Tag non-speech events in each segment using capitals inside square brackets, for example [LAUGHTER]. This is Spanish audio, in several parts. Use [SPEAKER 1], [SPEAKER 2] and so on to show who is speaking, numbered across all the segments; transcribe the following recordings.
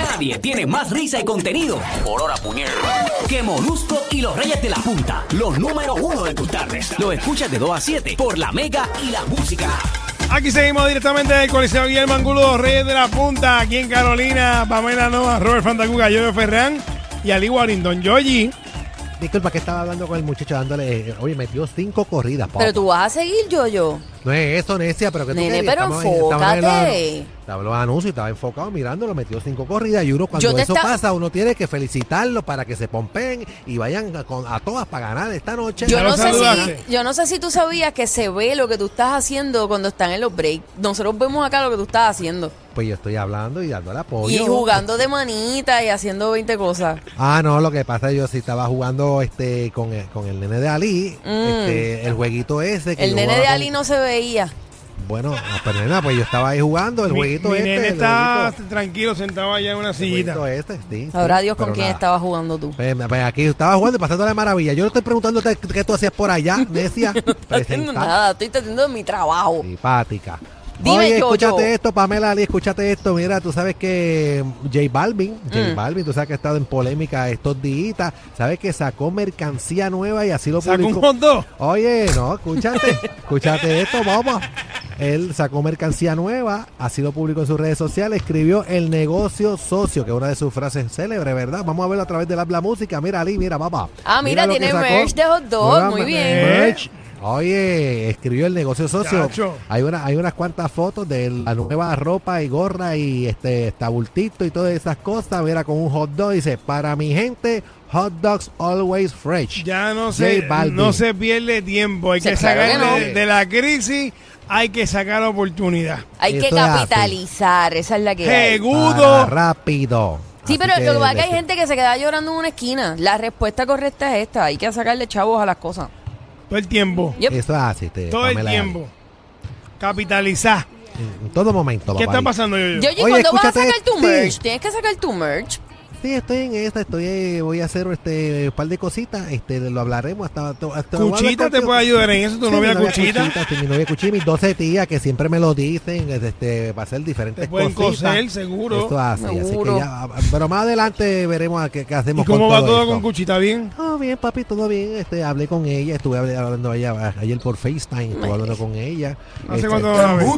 [SPEAKER 1] Nadie tiene más risa y contenido por hora puñera que Molusco y los Reyes de la Punta, los número uno de tus tardes. Los escuchas de 2 a 7 por la Mega y la Música.
[SPEAKER 2] Aquí seguimos directamente del Coliseo Guillermo Angulo, Reyes de la Punta, aquí en Carolina, Pamela Nova, Robert Fantacuga, Yoyo Ferran y Ali Warrington. Yoyi,
[SPEAKER 3] Disculpa que estaba hablando con el muchacho dándole, eh, oye, metió cinco corridas, papá.
[SPEAKER 4] Pero tú vas a seguir, Yoyo.
[SPEAKER 3] No es eso, necia, pero que tú
[SPEAKER 4] Nene,
[SPEAKER 3] querías.
[SPEAKER 4] pero
[SPEAKER 3] Estamos en- estamos en los
[SPEAKER 4] enfócate.
[SPEAKER 3] anu- Estaba en los anuncios y estaba enfocado mirándolo, metió cinco corridas y uno cuando
[SPEAKER 4] Yo te
[SPEAKER 3] eso
[SPEAKER 4] esta-
[SPEAKER 3] pasa, uno tiene que felicitarlo para que se pompeen y vayan a, con- a todas para ganar esta noche.
[SPEAKER 4] Yo
[SPEAKER 2] Ya
[SPEAKER 4] no,
[SPEAKER 2] lo
[SPEAKER 4] sé
[SPEAKER 2] saludaste.
[SPEAKER 4] si, yo no sé si tú sabías que se ve lo que tú estás haciendo cuando están en los breaks. Nosotros vemos acá lo que tú estás haciendo.
[SPEAKER 3] Pues yo estoy hablando y dándole apoyo.
[SPEAKER 4] Y jugando de manita y haciendo 20 cosas.
[SPEAKER 3] Ah, no, lo que pasa es que yo sí estaba jugando este con el, con el nene de Ali, este, el jueguito ese. Que
[SPEAKER 4] Mm. El
[SPEAKER 3] yo
[SPEAKER 4] nene
[SPEAKER 3] jugaba
[SPEAKER 4] de
[SPEAKER 3] con-
[SPEAKER 4] Ali no se veía.
[SPEAKER 3] Bueno, ah, pues nena, pues yo estaba ahí jugando el
[SPEAKER 2] mi,
[SPEAKER 3] jueguito
[SPEAKER 2] mi
[SPEAKER 3] este.
[SPEAKER 2] nene
[SPEAKER 3] el
[SPEAKER 2] está
[SPEAKER 3] jueguito-
[SPEAKER 2] tranquilo sentado allá en una
[SPEAKER 3] el
[SPEAKER 2] sillita.
[SPEAKER 3] jueguito este, sí,
[SPEAKER 4] Sabrá
[SPEAKER 3] sí,
[SPEAKER 4] Dios con
[SPEAKER 3] pero
[SPEAKER 4] quién
[SPEAKER 3] nada.
[SPEAKER 4] estaba jugando tú.
[SPEAKER 3] Pues, pues, aquí estaba jugando y pasando la maravilla. Yo no estoy preguntándote qué tú hacías
[SPEAKER 4] [LAUGHS]
[SPEAKER 3] por allá, necia.
[SPEAKER 4] No haciendo nada, estoy teniendo mi trabajo.
[SPEAKER 3] Simpática.
[SPEAKER 4] Dime,
[SPEAKER 3] Oye,
[SPEAKER 4] Yoyo.
[SPEAKER 3] escúchate esto, Pamela Ali, escúchate esto. Mira, tú sabes que J Balvin, J
[SPEAKER 4] Mm.
[SPEAKER 3] Balvin, tú sabes que ha estado en polémica estos días, sabes que sacó mercancía nueva y así lo
[SPEAKER 2] Sacó un
[SPEAKER 3] publicó.
[SPEAKER 2] hot dog.
[SPEAKER 3] Oye, no, escúchate, escúchate esto, vamos. Él sacó mercancía nueva, así lo publicó en sus redes sociales, escribió el negocio socio, que es una de sus frases célebres, ¿verdad? Vamos a verlo a través de la, la música. Mira, Ali, mira, papá.
[SPEAKER 4] Ah, mira,
[SPEAKER 3] lo que
[SPEAKER 4] tiene
[SPEAKER 3] sacó.
[SPEAKER 4] merch de hot dog,
[SPEAKER 3] Nueva
[SPEAKER 4] muy
[SPEAKER 3] mer-
[SPEAKER 4] bien.
[SPEAKER 3] merch. Oye, escribió el negocio socio.
[SPEAKER 2] Chacho.
[SPEAKER 3] Hay una, hay unas cuantas fotos de la nueva ropa y gorra y este estabultito y todas esas cosas. Mira, con un hot dog dice, para mi gente, hot dogs always fresh.
[SPEAKER 2] Ya no
[SPEAKER 3] J
[SPEAKER 2] se,
[SPEAKER 3] Balvin.
[SPEAKER 2] no se pierde tiempo, hay
[SPEAKER 4] Sí,
[SPEAKER 2] que
[SPEAKER 4] claro
[SPEAKER 2] sacar
[SPEAKER 4] que no.
[SPEAKER 2] de, de la crisis, hay que sacar oportunidad.
[SPEAKER 4] Hay que
[SPEAKER 3] Esto es así.
[SPEAKER 4] capitalizar, esa es la que hay.
[SPEAKER 3] Para
[SPEAKER 2] Segudo.
[SPEAKER 3] rápido.
[SPEAKER 4] Sí,
[SPEAKER 3] Así este-
[SPEAKER 4] pero lo que pasa es que
[SPEAKER 3] le-
[SPEAKER 4] hay gente que se queda llorando en una esquina. La respuesta correcta es esta, hay que sacarle chavos a las cosas.
[SPEAKER 2] Todo el tiempo.
[SPEAKER 4] Yep.
[SPEAKER 3] Eso es así, te-
[SPEAKER 2] Todo el
[SPEAKER 3] Pamela Ali.
[SPEAKER 2] tiempo. Capitalizar.
[SPEAKER 3] En, en todo momento.
[SPEAKER 2] ¿Qué
[SPEAKER 3] papá
[SPEAKER 2] está
[SPEAKER 3] Ali.
[SPEAKER 2] pasando, Yoyo?
[SPEAKER 4] Yoyi,
[SPEAKER 3] Oye,
[SPEAKER 4] ¿cuándo vas a
[SPEAKER 3] escúchate
[SPEAKER 4] sacar tu
[SPEAKER 3] este.
[SPEAKER 4] merch? Tienes que sacar tu merch.
[SPEAKER 3] Sí, estoy en esta, estoy, eh, voy a hacer este un par de cositas, este, lo hablaremos hasta, hasta- hasta-
[SPEAKER 2] Cuchita te puede ayudar en eso, tu
[SPEAKER 3] Sí,
[SPEAKER 2] novia
[SPEAKER 3] mi
[SPEAKER 2] Cuchita.
[SPEAKER 3] sí, mi novia Cuchita, mis 12 tías que siempre me lo dicen, este, va a ser diferentes
[SPEAKER 2] Te pueden
[SPEAKER 3] cositas.
[SPEAKER 2] coser, seguro.
[SPEAKER 3] Esto hace, así que
[SPEAKER 4] Seguro.
[SPEAKER 3] ya, ah, pero más adelante veremos a qué, qué
[SPEAKER 2] ¿Y
[SPEAKER 3] hacemos
[SPEAKER 2] cómo
[SPEAKER 3] con
[SPEAKER 2] va
[SPEAKER 3] todo,
[SPEAKER 2] todo
[SPEAKER 3] esto.
[SPEAKER 2] con Cuchita? ¿Bien?
[SPEAKER 3] Ah, bien, papi, todo bien. Este, hablé con ella, estuve habl- hablando ella ayer por FaceTime, estuve hablando con ella.
[SPEAKER 2] ¿Hace
[SPEAKER 3] Este,
[SPEAKER 2] cuánto no la ves?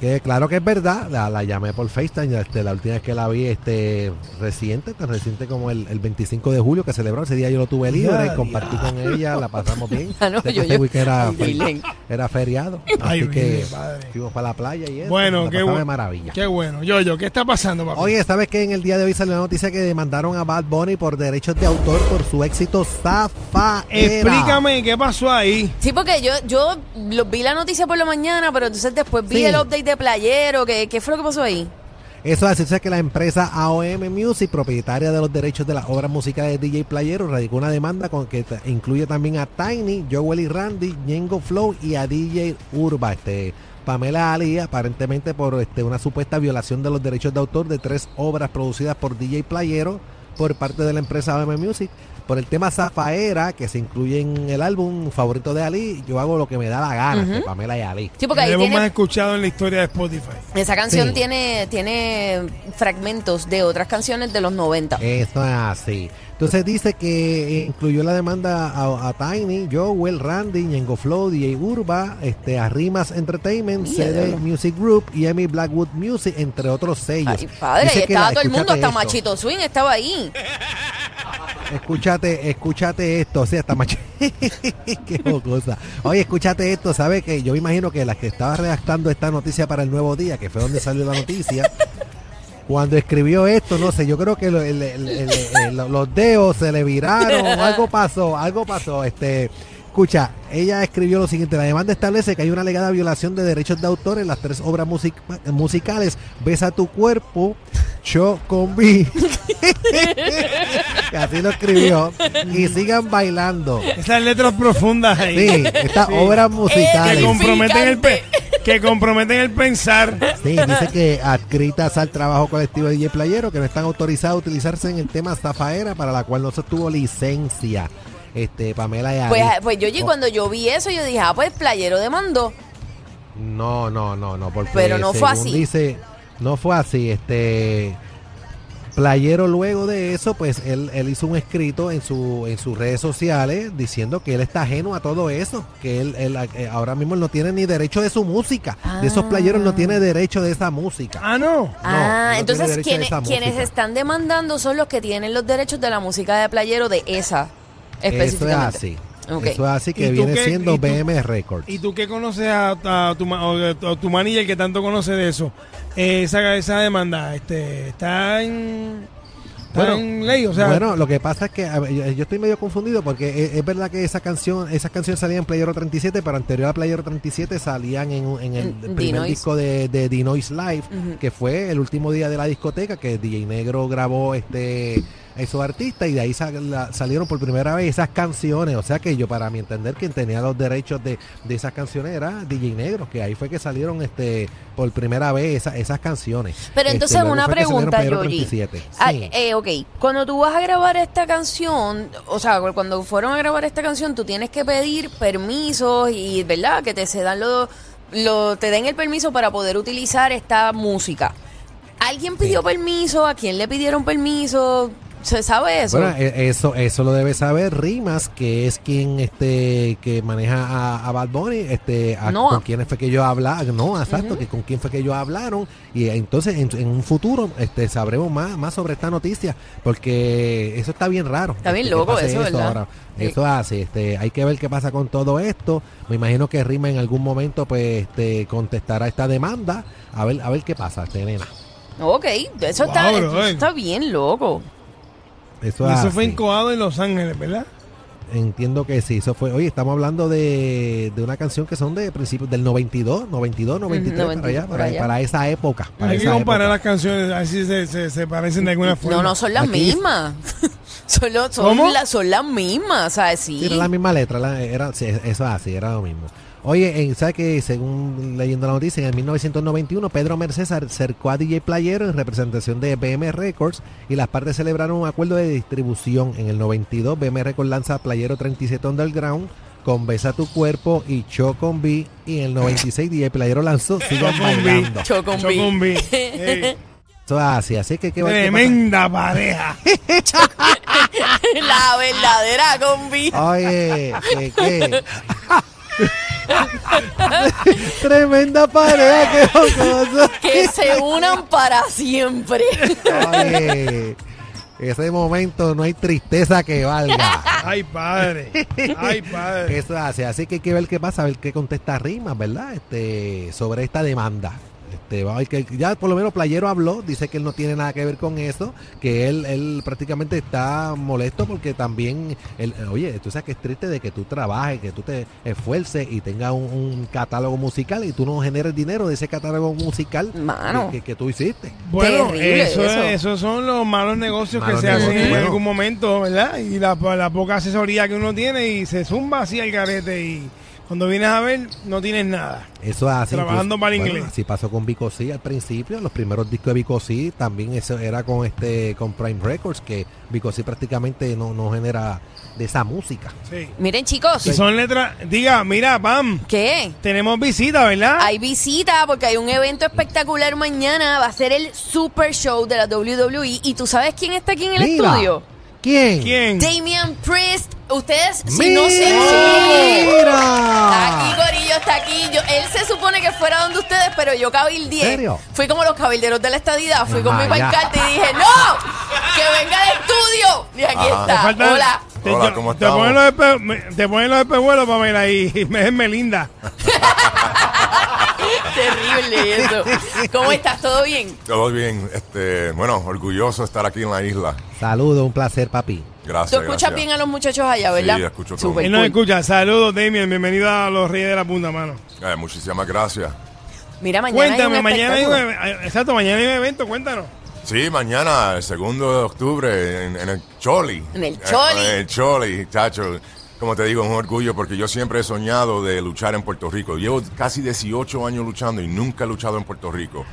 [SPEAKER 3] que claro que es verdad, la, la llamé por FaceTime, este, la última vez que la vi este reciente, tan reciente como el, el 25 de julio que celebró, ese día yo lo tuve libre,
[SPEAKER 2] Ya,
[SPEAKER 3] compartí con ella, la pasamos bien.
[SPEAKER 4] Ah, no,
[SPEAKER 3] Sé que
[SPEAKER 4] yo-
[SPEAKER 3] este
[SPEAKER 4] yo-
[SPEAKER 3] weekend era,
[SPEAKER 4] Ay,
[SPEAKER 3] fe-
[SPEAKER 4] Belén.
[SPEAKER 3] era feriado,
[SPEAKER 2] [LAUGHS] Ay,
[SPEAKER 3] así que
[SPEAKER 2] Virgen, padre.
[SPEAKER 3] fuimos para la playa y eso,
[SPEAKER 2] Bueno,
[SPEAKER 3] la
[SPEAKER 2] qué
[SPEAKER 3] pasamos
[SPEAKER 2] bu-
[SPEAKER 3] de maravilla.
[SPEAKER 2] Qué bueno. Yoyo, ¿qué está pasando, papá?
[SPEAKER 3] Oye, ¿sabes que En el día de hoy salió la noticia que demandaron a Bad Bunny por derechos de autor por su éxito Zafa.
[SPEAKER 2] Explícame qué pasó ahí.
[SPEAKER 4] Sí, porque yo, yo lo- vi la noticia por la mañana, pero entonces después vi
[SPEAKER 3] Sí.
[SPEAKER 4] el update de Playero. ¿Qué, qué fue lo que pasó ahí?
[SPEAKER 3] Eso hace que la empresa AOM Music, propietaria de los derechos de las obras musicales de DJ Playero, radicó una demanda con que t- incluye también a Tiny, Joel y Randy, Ñengo Flow y a DJ Urba. Este, Pamela Ali, aparentemente por este, una supuesta violación de los derechos de autor de tres obras producidas por DJ Playero por parte de la empresa AOM Music. Por el tema Zafaera, que se incluye en el álbum favorito de Ali, yo hago lo que me da la gana, de Pamela y Ali.
[SPEAKER 4] Sí, porque
[SPEAKER 2] El
[SPEAKER 4] ahí
[SPEAKER 2] álbum más
[SPEAKER 4] tiene,
[SPEAKER 2] escuchado en la historia de Spotify.
[SPEAKER 4] esa canción
[SPEAKER 3] Sí.
[SPEAKER 4] tiene, tiene fragmentos de otras canciones de los 90.
[SPEAKER 3] Eso es así. Entonces dice que eh, incluyó la demanda a, a Tiny, Joel, Randy, Ñengo Flow, DJ Urba, este, a Rimas Entertainment,
[SPEAKER 4] Mira,
[SPEAKER 3] CD
[SPEAKER 4] diablo.
[SPEAKER 3] Music Group y Emi Blackwood Music, entre otros sellos.
[SPEAKER 4] Ay, padre,
[SPEAKER 3] Dice
[SPEAKER 4] ahí
[SPEAKER 3] que la-
[SPEAKER 4] estaba todo el mundo,
[SPEAKER 3] escúchate
[SPEAKER 4] hasta
[SPEAKER 3] esto.
[SPEAKER 4] Machito Swing estaba ahí.
[SPEAKER 3] Escúchate, escúchate esto, o sea, está macho. [LAUGHS] Qué jocosa. Oye, escúchate esto, ¿sabes que Yo imagino que la que estaba redactando esta noticia para el nuevo día, que fue donde salió la noticia, cuando escribió esto, no sé, yo creo que lo- el- el- el- el- lo- los dedos se le viraron, o algo pasó, algo pasó. Este, escucha, ella escribió lo siguiente: la demanda establece que hay una alegada violación de derechos de autor en las tres obras music- musicales, Besa tu cuerpo, Yo con B. que así lo escribió, y sigan bailando.
[SPEAKER 2] Esas letras profundas ahí.
[SPEAKER 3] Sí, estas
[SPEAKER 2] Sí.
[SPEAKER 3] obras
[SPEAKER 2] Que
[SPEAKER 3] musicales.
[SPEAKER 5] Eh,
[SPEAKER 2] comprometen el pe- que comprometen el
[SPEAKER 3] [LAUGHS]
[SPEAKER 2] pensar.
[SPEAKER 3] Sí, dice que adscritas al trabajo colectivo de DJ Playero que no están autorizadas a utilizarse en el tema zafaera para la cual no se tuvo licencia. Este, Pamela y Ari.
[SPEAKER 4] Pues, pues yo oye, cuando yo vi eso, yo dije, ah, pues Playero demandó.
[SPEAKER 3] No, no, no, no, porque
[SPEAKER 4] Pero no fue
[SPEAKER 3] según
[SPEAKER 4] así.
[SPEAKER 3] Dice, no fue así, este Playero luego de eso, pues él, él hizo un escrito en su en sus redes sociales diciendo que él está ajeno a todo eso, que él, él, eh, ahora mismo él no tiene ni derecho de su música, de esos playeros no tiene derecho de esa música.
[SPEAKER 2] Ah, no.
[SPEAKER 3] No,
[SPEAKER 4] ah,
[SPEAKER 3] no
[SPEAKER 4] entonces
[SPEAKER 3] tiene derecho
[SPEAKER 4] quienes,
[SPEAKER 3] a esa
[SPEAKER 4] quienes
[SPEAKER 3] música.
[SPEAKER 4] están demandando son los que tienen los derechos de la música de Playero de esa
[SPEAKER 3] Eso es
[SPEAKER 4] específicamente.
[SPEAKER 3] así.
[SPEAKER 4] Ok.
[SPEAKER 3] Eso es así
[SPEAKER 2] ¿Y
[SPEAKER 3] que
[SPEAKER 2] tú
[SPEAKER 3] viene
[SPEAKER 2] qué- y
[SPEAKER 3] siendo
[SPEAKER 2] tú-
[SPEAKER 3] BM Records.
[SPEAKER 2] ¿Y tú qué conoces a, a tu, ma- o- a tu manager que tanto conoce de eso? Eh, esa, esa demanda este, está en, está
[SPEAKER 3] Bueno,
[SPEAKER 2] en ley. O sea,
[SPEAKER 3] bueno, lo que pasa es que a ver, yo, yo estoy medio confundido porque e, es, es verdad que esa canción, esas canciones salían en Playero 37, pero anterior a Playero 37 salían en, un- en el
[SPEAKER 4] En
[SPEAKER 3] primer
[SPEAKER 4] Dinois.
[SPEAKER 3] disco de, de Dinois Live, que fue el último día de la discoteca que DJ Negro grabó este a esos artistas y de ahí sal- la- salieron por primera vez esas canciones. O sea que yo, para mi entender, quien tenía los derechos de, de esas canciones era DJ Negro, que ahí fue que salieron este por primera vez esa- esas canciones.
[SPEAKER 4] Pero
[SPEAKER 3] Este,
[SPEAKER 4] entonces
[SPEAKER 3] luego
[SPEAKER 4] una
[SPEAKER 3] fue que salieron
[SPEAKER 4] pregunta,
[SPEAKER 3] Playero
[SPEAKER 4] Yoyi.
[SPEAKER 3] 37.
[SPEAKER 4] Ah,
[SPEAKER 3] Sí.
[SPEAKER 4] eh, ok, cuando tú vas a grabar esta canción, o sea, cu- cuando fueron a grabar esta canción, tú tienes que pedir permisos y, ¿verdad? Que te se dan lo, lo- te den el permiso para poder utilizar esta música. ¿Alguien pidió permiso? ¿A quién le pidieron permiso? ¿Se sabe eso?
[SPEAKER 3] Bueno, e- eso, eso lo debe saber Rimas, que es quien este que maneja a, a Bad Bunny, este, a-
[SPEAKER 4] Noah.
[SPEAKER 3] con quién fue que yo hablaron, no, exacto, que con quién fue que ellos hablaron, y eh, entonces en, en un futuro este sabremos más, más sobre esta noticia, porque eso está bien raro.
[SPEAKER 4] Está bien
[SPEAKER 3] este, que
[SPEAKER 4] loco
[SPEAKER 3] pase
[SPEAKER 4] eso, ¿verdad? Sí.
[SPEAKER 3] Eso hace, este, hay que ver qué pasa con todo esto. Me imagino que Rimas en algún momento pues este, contestará esta demanda, a ver, a ver qué pasa, este, nena.
[SPEAKER 4] ok, eso,
[SPEAKER 2] Wow,
[SPEAKER 4] está,
[SPEAKER 2] bro,
[SPEAKER 4] eso
[SPEAKER 2] eh.
[SPEAKER 4] está bien loco.
[SPEAKER 3] Eso,
[SPEAKER 2] eso fue
[SPEAKER 3] hace.
[SPEAKER 2] incoado en Los Ángeles, ¿verdad?
[SPEAKER 3] Entiendo que sí, eso fue. Oye, estamos hablando de, de una canción que son de principios del 92, 92, 93, para,
[SPEAKER 4] 92,
[SPEAKER 3] allá,
[SPEAKER 4] por
[SPEAKER 3] para,
[SPEAKER 4] allá.
[SPEAKER 3] para esa época. Para
[SPEAKER 2] Hay que
[SPEAKER 3] esa
[SPEAKER 2] comparar
[SPEAKER 3] época.
[SPEAKER 2] las canciones, así se, se, se parecen de alguna forma.
[SPEAKER 4] No, no, son las
[SPEAKER 3] aquí-
[SPEAKER 4] mismas. [LAUGHS] son, lo- son
[SPEAKER 2] ¿Cómo?
[SPEAKER 4] las- son las mismas, o sea, sí.
[SPEAKER 3] Sí, era la misma letra, la- era, sí, eso es así, era lo mismo. Oye, en, ¿sabes que Según leyendo la noticia, en el 1991 Pedro Mercedes acercó a DJ Playero en representación de BM Records y las partes celebraron un acuerdo de distribución. En el 92 BM Records lanza Playero 37 Underground con Besa tu Cuerpo y Cho con B y en el 96 DJ Playero lanzó Sigan Bailando.
[SPEAKER 4] Chocombi. [LAUGHS]
[SPEAKER 2] Chocombi. Ey,
[SPEAKER 3] Eso es así, así que qué va- qué pasa?
[SPEAKER 2] Tremenda pareja.
[SPEAKER 4] La verdadera combi.
[SPEAKER 3] Oye, ¿qué, qué? Tremenda pareja, qué jocoso.
[SPEAKER 4] [LAUGHS] Que se unan para siempre. [LAUGHS]
[SPEAKER 3] Oye, ese momento no hay tristeza que valga.
[SPEAKER 2] Ay, padre. Ay, padre.
[SPEAKER 3] Eso hace, así que hay que ver qué pasa, a ver qué contesta Rimas, ¿verdad? Este, sobre esta demanda. Este, va a ver que ya por lo menos Playero habló, dice que él no tiene nada que ver con eso, que él, él prácticamente está molesto porque también, él- oye, tú sabes que es triste de que tú trabajes, que tú te esfuerces y tengas un, un catálogo musical y tú no generes dinero de ese catálogo musical
[SPEAKER 4] Mano.
[SPEAKER 3] que, que- que tú hiciste.
[SPEAKER 2] Bueno,
[SPEAKER 4] Terrible
[SPEAKER 2] eso,
[SPEAKER 4] eso.
[SPEAKER 2] esos son los malos negocios
[SPEAKER 3] Malos
[SPEAKER 2] que se hacen
[SPEAKER 3] negocios,
[SPEAKER 2] en
[SPEAKER 3] bueno.
[SPEAKER 2] algún momento, ¿verdad? Y la, la poca asesoría que uno tiene y se zumba así al garete y cuando vienes a ver no tienes nada.
[SPEAKER 3] Eso es así.
[SPEAKER 2] Trabajando
[SPEAKER 3] incluso-
[SPEAKER 2] para el
[SPEAKER 3] bueno,
[SPEAKER 2] inglés.
[SPEAKER 3] Así pasó con Vico C al principio, los primeros discos de Vico C, también eso era con este con Prime Records, que Vico C prácticamente no, no genera de esa música.
[SPEAKER 2] Sí.
[SPEAKER 4] Miren, chicos.
[SPEAKER 2] Y son letras, diga, mira, pam,
[SPEAKER 4] ¿Qué?
[SPEAKER 2] tenemos visita, ¿verdad?
[SPEAKER 4] Hay visita porque hay un evento espectacular mañana. Va a ser el Super Show de la WWE. ¿Y tú sabes quién está aquí en el
[SPEAKER 3] Mira,
[SPEAKER 4] estudio?
[SPEAKER 3] ¿Quién?
[SPEAKER 2] ¿Quién?
[SPEAKER 4] Damian Priest. Ustedes, si
[SPEAKER 3] ¡Mira!
[SPEAKER 4] no se... Sí. Está aquí, Corillo, está aquí. Yo- él se supone que fuera donde ustedes, pero yo cabildeé.
[SPEAKER 3] ¿Serio?
[SPEAKER 4] Fui como los cabilderos de la estadidad. Fui con mi
[SPEAKER 3] Ajá, ya.
[SPEAKER 4] pancarte y dije, ¡No! ¡Que venga al estudio! Y aquí
[SPEAKER 3] Ah.
[SPEAKER 5] Ajá.
[SPEAKER 4] está.
[SPEAKER 2] Falta-
[SPEAKER 4] Hola.
[SPEAKER 2] Te,
[SPEAKER 5] Hola,
[SPEAKER 2] yo-
[SPEAKER 5] ¿cómo
[SPEAKER 2] te
[SPEAKER 5] estamos?
[SPEAKER 2] ponen los espe- me- te ponen los espejuelos, Pamela, y, y [LAUGHS] me es Melinda.
[SPEAKER 4] [LAUGHS] Terrible eso. ¿Cómo estás? ¿Todo bien?
[SPEAKER 5] Todo bien. Este, bueno, orgulloso de estar aquí en la isla.
[SPEAKER 3] Saludos, un placer, papi.
[SPEAKER 5] Gracias.
[SPEAKER 4] Tú escuchas
[SPEAKER 5] gracias.
[SPEAKER 4] bien a los muchachos allá, ¿verdad?
[SPEAKER 5] Sí, escucho todo.
[SPEAKER 4] Súper
[SPEAKER 2] Él nos
[SPEAKER 4] Pues cool.
[SPEAKER 2] escucha. Saludos, Damien. Bienvenido a los Reyes de la Punta, mano.
[SPEAKER 5] Eh, muchísimas gracias.
[SPEAKER 4] Mira, mañana hay
[SPEAKER 2] Cuéntame,
[SPEAKER 4] un
[SPEAKER 2] mañana hay un,
[SPEAKER 4] espectáculo.
[SPEAKER 2] ev- exacto, mañana hay un evento, cuéntanos.
[SPEAKER 5] Sí, mañana, el segundo de octubre, en, en el Choli.
[SPEAKER 4] En el
[SPEAKER 5] Eh,
[SPEAKER 4] Choli.
[SPEAKER 5] En el Choli, chacho. Como te digo, es un orgullo porque yo siempre he soñado de luchar en Puerto Rico. Llevo casi 18 años luchando y nunca he luchado en Puerto Rico.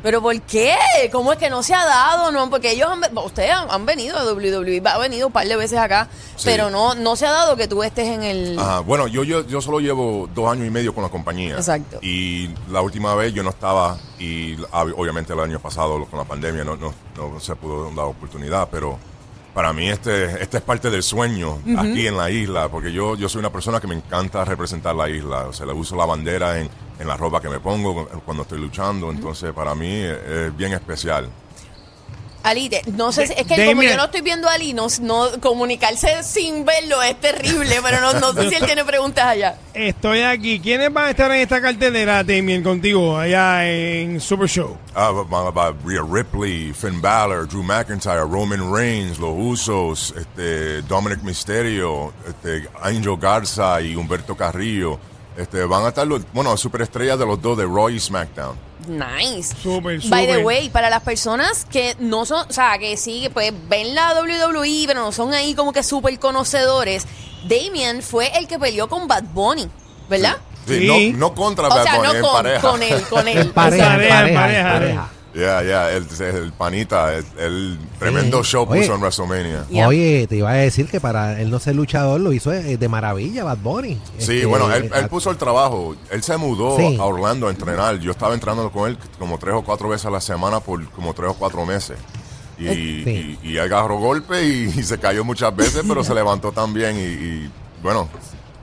[SPEAKER 4] ¿Pero por qué? ¿Cómo es que no se ha dado? no Porque ellos han, ve- ustedes han, han venido a WWE, ha venido un par de veces acá,
[SPEAKER 5] Sí. Ah,
[SPEAKER 4] pero no no se ha dado que tú estés en el...
[SPEAKER 5] Ajá, bueno, yo, yo, yo solo llevo dos años y medio con la compañía.
[SPEAKER 4] Exacto.
[SPEAKER 5] Y la última vez yo no estaba, y ah, obviamente el año pasado con la pandemia no, no, no se pudo dar la oportunidad, pero para mí este, este es parte del sueño aquí en la isla, porque yo, yo soy una persona que me encanta representar la isla, o sea, le uso la bandera en, en la ropa que me pongo cuando estoy luchando, entonces para mí es, es bien especial.
[SPEAKER 4] Ali, te- no sé, si- es que como
[SPEAKER 2] Damien.
[SPEAKER 4] yo no estoy viendo a Ali, no, no- comunicarse sin verlo es terrible, pero no,
[SPEAKER 2] [LAUGHS]
[SPEAKER 4] no sé si él tiene preguntas allá.
[SPEAKER 2] Estoy aquí. ¿Quiénes van a estar en esta cartelera, Damien, contigo, allá en Super Show?
[SPEAKER 5] Ah, va- va- va- Rhea Ripley, Finn Balor, Drew McIntyre, Roman Reigns, Los Usos, este, Dominic Mysterio, este, Angel Garza y Humberto Carrillo. Este, van a estar los, bueno, superestrellas de los dos de Raw y SmackDown.
[SPEAKER 4] Nice.
[SPEAKER 2] Súper,
[SPEAKER 4] By the
[SPEAKER 2] súper.
[SPEAKER 4] way, para las personas que no son, o sea, que sí, pues ven la WWE, pero no son ahí como que súper conocedores, Damien fue el que peleó con Bad Bunny, ¿verdad?
[SPEAKER 5] Sí,
[SPEAKER 2] Sí.
[SPEAKER 5] No, no contra
[SPEAKER 4] O
[SPEAKER 5] Bad
[SPEAKER 4] sea,
[SPEAKER 5] Bunny,
[SPEAKER 4] no
[SPEAKER 5] en
[SPEAKER 4] con,
[SPEAKER 5] pareja.
[SPEAKER 4] con él, con él.
[SPEAKER 3] En pareja, en
[SPEAKER 2] Pareja,
[SPEAKER 3] pareja, en
[SPEAKER 2] pareja.
[SPEAKER 3] pareja.
[SPEAKER 5] Yeah, yeah, el, el panita, el, el tremendo show
[SPEAKER 3] Eh, Oye.
[SPEAKER 5] puso en WrestleMania.
[SPEAKER 4] Yeah.
[SPEAKER 3] Oye, te iba a decir que para él no ser luchador lo hizo eh, de maravilla Bad Bunny.
[SPEAKER 5] Sí,
[SPEAKER 3] Este,
[SPEAKER 5] bueno, él,
[SPEAKER 3] eh,
[SPEAKER 5] él puso el trabajo. Él se mudó
[SPEAKER 3] Sí.
[SPEAKER 5] a Orlando a entrenar. Yo estaba entrenando con él como tres o cuatro veces a la semana por como tres o cuatro meses. Y,
[SPEAKER 3] Sí.
[SPEAKER 5] y- y agarró golpe y, [LAUGHS] y se cayó muchas veces, pero se levantó también. Y, y, bueno,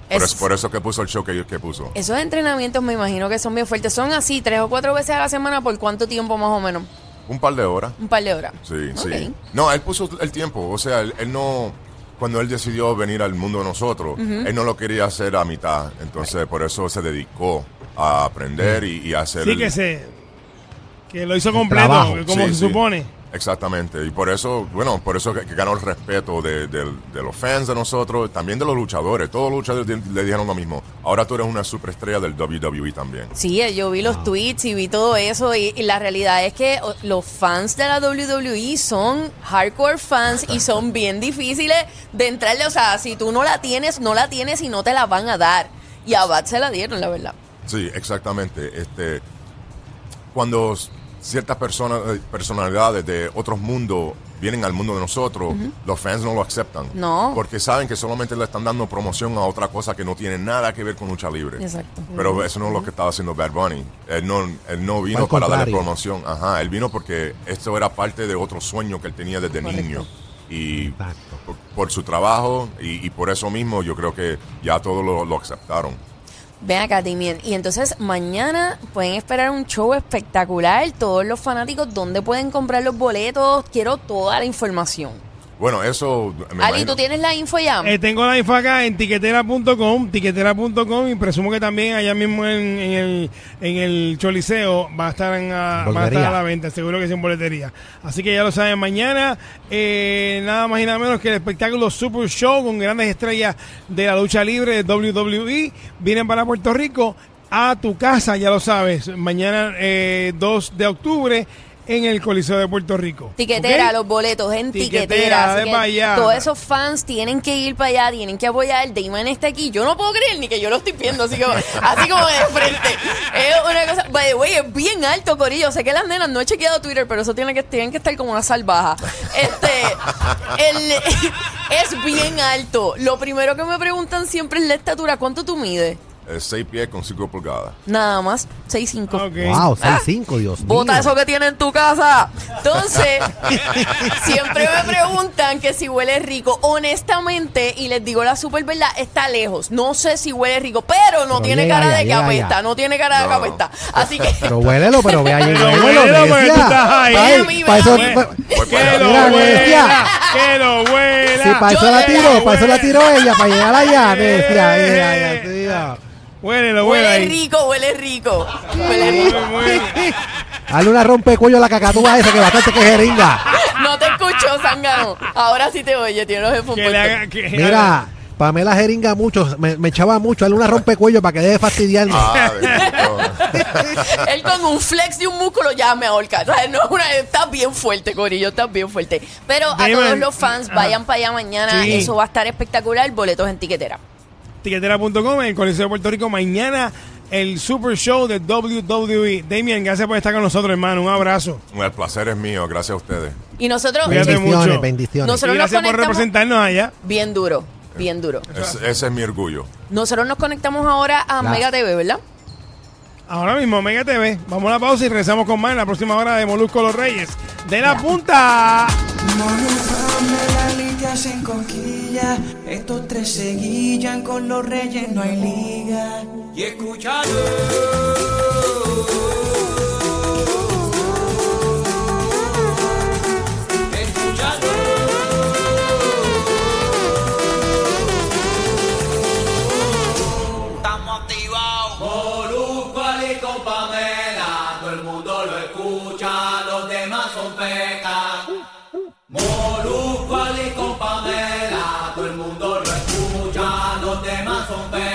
[SPEAKER 5] por,
[SPEAKER 4] Es-
[SPEAKER 5] eso, por eso que puso el show que, que puso.
[SPEAKER 4] Esos entrenamientos me imagino que son bien fuertes. Son así, tres o cuatro veces a la semana, ¿por cuánto tiempo más o menos?
[SPEAKER 5] Un par de horas.
[SPEAKER 4] Un par de horas.
[SPEAKER 5] Sí,
[SPEAKER 4] Ok.
[SPEAKER 5] sí. No, él puso el tiempo. O sea, él, él no. Cuando él decidió venir al mundo de nosotros, él no lo quería hacer a mitad. Entonces, por eso se dedicó a aprender y, y a hacer.
[SPEAKER 2] Sí,
[SPEAKER 5] el-
[SPEAKER 2] que se. Que lo hizo completo,
[SPEAKER 3] trabajo.
[SPEAKER 2] como se
[SPEAKER 5] Sí, sí.
[SPEAKER 2] supone.
[SPEAKER 5] Exactamente, y por eso, bueno, por eso que, que ganó el respeto de, de- de los fans de nosotros, también de los luchadores. Todos los luchadores di- le dijeron lo mismo. Ahora tú eres una superestrella del WWE también.
[SPEAKER 4] Sí, yo vi los tweets y vi todo eso y, y la realidad es que o, los fans de la WWE son hardcore fans y son bien difíciles de entrarle. O sea, si tú no la tienes, no la tienes y no te la van a dar. Y a Bat se la dieron, la verdad.
[SPEAKER 5] Sí, exactamente. Este, cuando s- ciertas personas, eh, personalidades de otros mundos vienen al mundo de nosotros, los fans no lo aceptan.
[SPEAKER 4] No.
[SPEAKER 5] Porque saben que solamente le están dando promoción a otra cosa que no tiene nada que ver con lucha libre.
[SPEAKER 4] Exacto.
[SPEAKER 5] Pero eso no es lo que estaba haciendo Bad Bunny. Él no, él no vino
[SPEAKER 3] Al
[SPEAKER 5] para darle
[SPEAKER 3] contrario.
[SPEAKER 5] promoción. Ajá, él vino porque esto era parte de otro sueño que él tenía desde niño. Y
[SPEAKER 3] Exacto.
[SPEAKER 5] por, por su trabajo y, y por eso mismo yo creo que ya todos lo, lo aceptaron.
[SPEAKER 4] Ven acá, Damien. Y entonces mañana pueden esperar un show espectacular. Todos los fanáticos, ¿dónde pueden comprar los boletos? Quiero toda la información.
[SPEAKER 5] Bueno, eso... me
[SPEAKER 4] Ali,
[SPEAKER 5] imagino-
[SPEAKER 4] ¿tú tienes la info ya?
[SPEAKER 2] Eh, tengo la info acá en tiquetera.com, tiquetera.com y presumo que también allá mismo en, en el, en el Choliseo va a, estar en, a- va a estar
[SPEAKER 3] Boletería.
[SPEAKER 2] a la venta, seguro que es en boletería. Así que ya lo saben, mañana eh, nada más y nada menos que el espectáculo Super Show con grandes estrellas de la lucha libre de WWE vienen para Puerto Rico a tu casa, ya lo sabes, mañana eh, 2 de octubre en el Coliseo de Puerto Rico.
[SPEAKER 4] Tiquetera,
[SPEAKER 2] ¿Ok?
[SPEAKER 4] los boletos en
[SPEAKER 2] Tiquetera,
[SPEAKER 4] tiquetera. así
[SPEAKER 2] de
[SPEAKER 4] que
[SPEAKER 2] pa' allá.
[SPEAKER 4] Todos esos fans tienen que ir para allá, tienen que apoyar. Damon está aquí. Yo no puedo creer ni que yo lo estoy viendo,
[SPEAKER 2] [LAUGHS]
[SPEAKER 4] así como, así como de frente. Es una cosa. By the way, es bien alto, Corillo. Sé que las nenas no he chequeado Twitter, pero eso tiene que, tienen que estar como una salvaja.
[SPEAKER 2] [LAUGHS]
[SPEAKER 4] Este. el- [LAUGHS] es bien alto. Lo primero que me preguntan siempre es la estatura. ¿Cuánto tú mides?
[SPEAKER 6] eh, seis pies con cinco pulgadas.
[SPEAKER 4] Nada más, 6'5".
[SPEAKER 2] Ah, ok.
[SPEAKER 3] Wow, 6'5, Dios mío.
[SPEAKER 4] Bota eso que tiene en tu casa. Entonces, [LAUGHS] siempre me preguntan que si huele rico. Honestamente, y les digo la super verdad, está lejos. No sé si huele rico, pero no
[SPEAKER 3] Pero
[SPEAKER 4] tiene
[SPEAKER 3] llega
[SPEAKER 4] cara
[SPEAKER 3] ya,
[SPEAKER 4] de que
[SPEAKER 3] llega
[SPEAKER 4] apesta.
[SPEAKER 3] ya.
[SPEAKER 4] No tiene cara de que
[SPEAKER 6] No.
[SPEAKER 4] apesta. Así que. [LAUGHS]
[SPEAKER 3] Pero huélelo, pero ve allí,
[SPEAKER 2] Pero
[SPEAKER 3] huélelo,
[SPEAKER 2] huélelo, porque tú
[SPEAKER 3] necia.
[SPEAKER 2] estás ahí.
[SPEAKER 3] Ay,
[SPEAKER 4] Ven a mí,
[SPEAKER 3] pa' eso-
[SPEAKER 4] ven
[SPEAKER 3] pa-
[SPEAKER 6] Voy para
[SPEAKER 2] ¡Que
[SPEAKER 6] allá.
[SPEAKER 2] lo
[SPEAKER 3] Mira,
[SPEAKER 2] huela!
[SPEAKER 3] bestia.
[SPEAKER 2] ¡Que lo huela!
[SPEAKER 3] Sí, para eso
[SPEAKER 4] Yo
[SPEAKER 3] la
[SPEAKER 4] de
[SPEAKER 3] tiró,
[SPEAKER 4] la
[SPEAKER 3] para eso la tiró ella, para llegar allá, necia.
[SPEAKER 2] Eh.
[SPEAKER 3] Mira, ya, tía.
[SPEAKER 2] Huélelo, huela
[SPEAKER 4] Huele
[SPEAKER 2] ahí.
[SPEAKER 4] rico, huele rico. Huele
[SPEAKER 2] [LAUGHS]
[SPEAKER 4] rico.
[SPEAKER 3] Dale una rompecuello a la cacatúa esa que bastante que jeringa.
[SPEAKER 4] No te escucho, Zangano. Ahora sí te oye, tiene los headphones
[SPEAKER 2] Que le
[SPEAKER 4] puestos.
[SPEAKER 2] haga- que-
[SPEAKER 3] Mira, Pamela jeringa mucho, me, me echaba mucho, dale una rompecuello para que deje de fastidiarme. [LAUGHS]
[SPEAKER 6] Ah, bendito.
[SPEAKER 4] [LAUGHS] Él con un flex de un músculo ya me ahorca. O sea, no, es una, está bien fuerte, Corillo, está bien fuerte. Pero a
[SPEAKER 2] Damon,
[SPEAKER 4] todos los fans,
[SPEAKER 2] ajá.
[SPEAKER 4] vayan para allá mañana.
[SPEAKER 2] Sí.
[SPEAKER 4] Eso va a estar espectacular. Boletos en tiquetera.
[SPEAKER 2] Tiquetera.com, el Coliseo de Puerto Rico. Mañana el Super Show de WWE. Damien, gracias por estar con nosotros, hermano. Un abrazo.
[SPEAKER 6] El placer es mío, gracias a ustedes.
[SPEAKER 4] Y nosotros,
[SPEAKER 2] Cuídate
[SPEAKER 3] bendiciones,
[SPEAKER 2] mucho.
[SPEAKER 3] bendiciones.
[SPEAKER 4] Nosotros- Pero
[SPEAKER 2] y
[SPEAKER 4] nos
[SPEAKER 2] gracias por
[SPEAKER 4] conectamos-
[SPEAKER 2] representarnos allá.
[SPEAKER 4] bien duro, bien duro.
[SPEAKER 6] Es- ese es mi orgullo.
[SPEAKER 4] Nosotros nos conectamos ahora a
[SPEAKER 3] Claro.
[SPEAKER 4] Mega TV, ¿verdad?
[SPEAKER 2] Ahora mismo, Mega TV. Vamos a la pausa y regresamos con más en la próxima hora de Molusco Los Reyes. De la punta.
[SPEAKER 5] Estos tres se guillan con los reyes, no hay liga. Y escúchalo. Escúchalo. Estamos activados. Molusco, Ali con Pamela. Todo el mundo lo escucha, los demás son pecas. Molusco, Ali con Pamela, todo el mundo lo escucha, los demás son perros.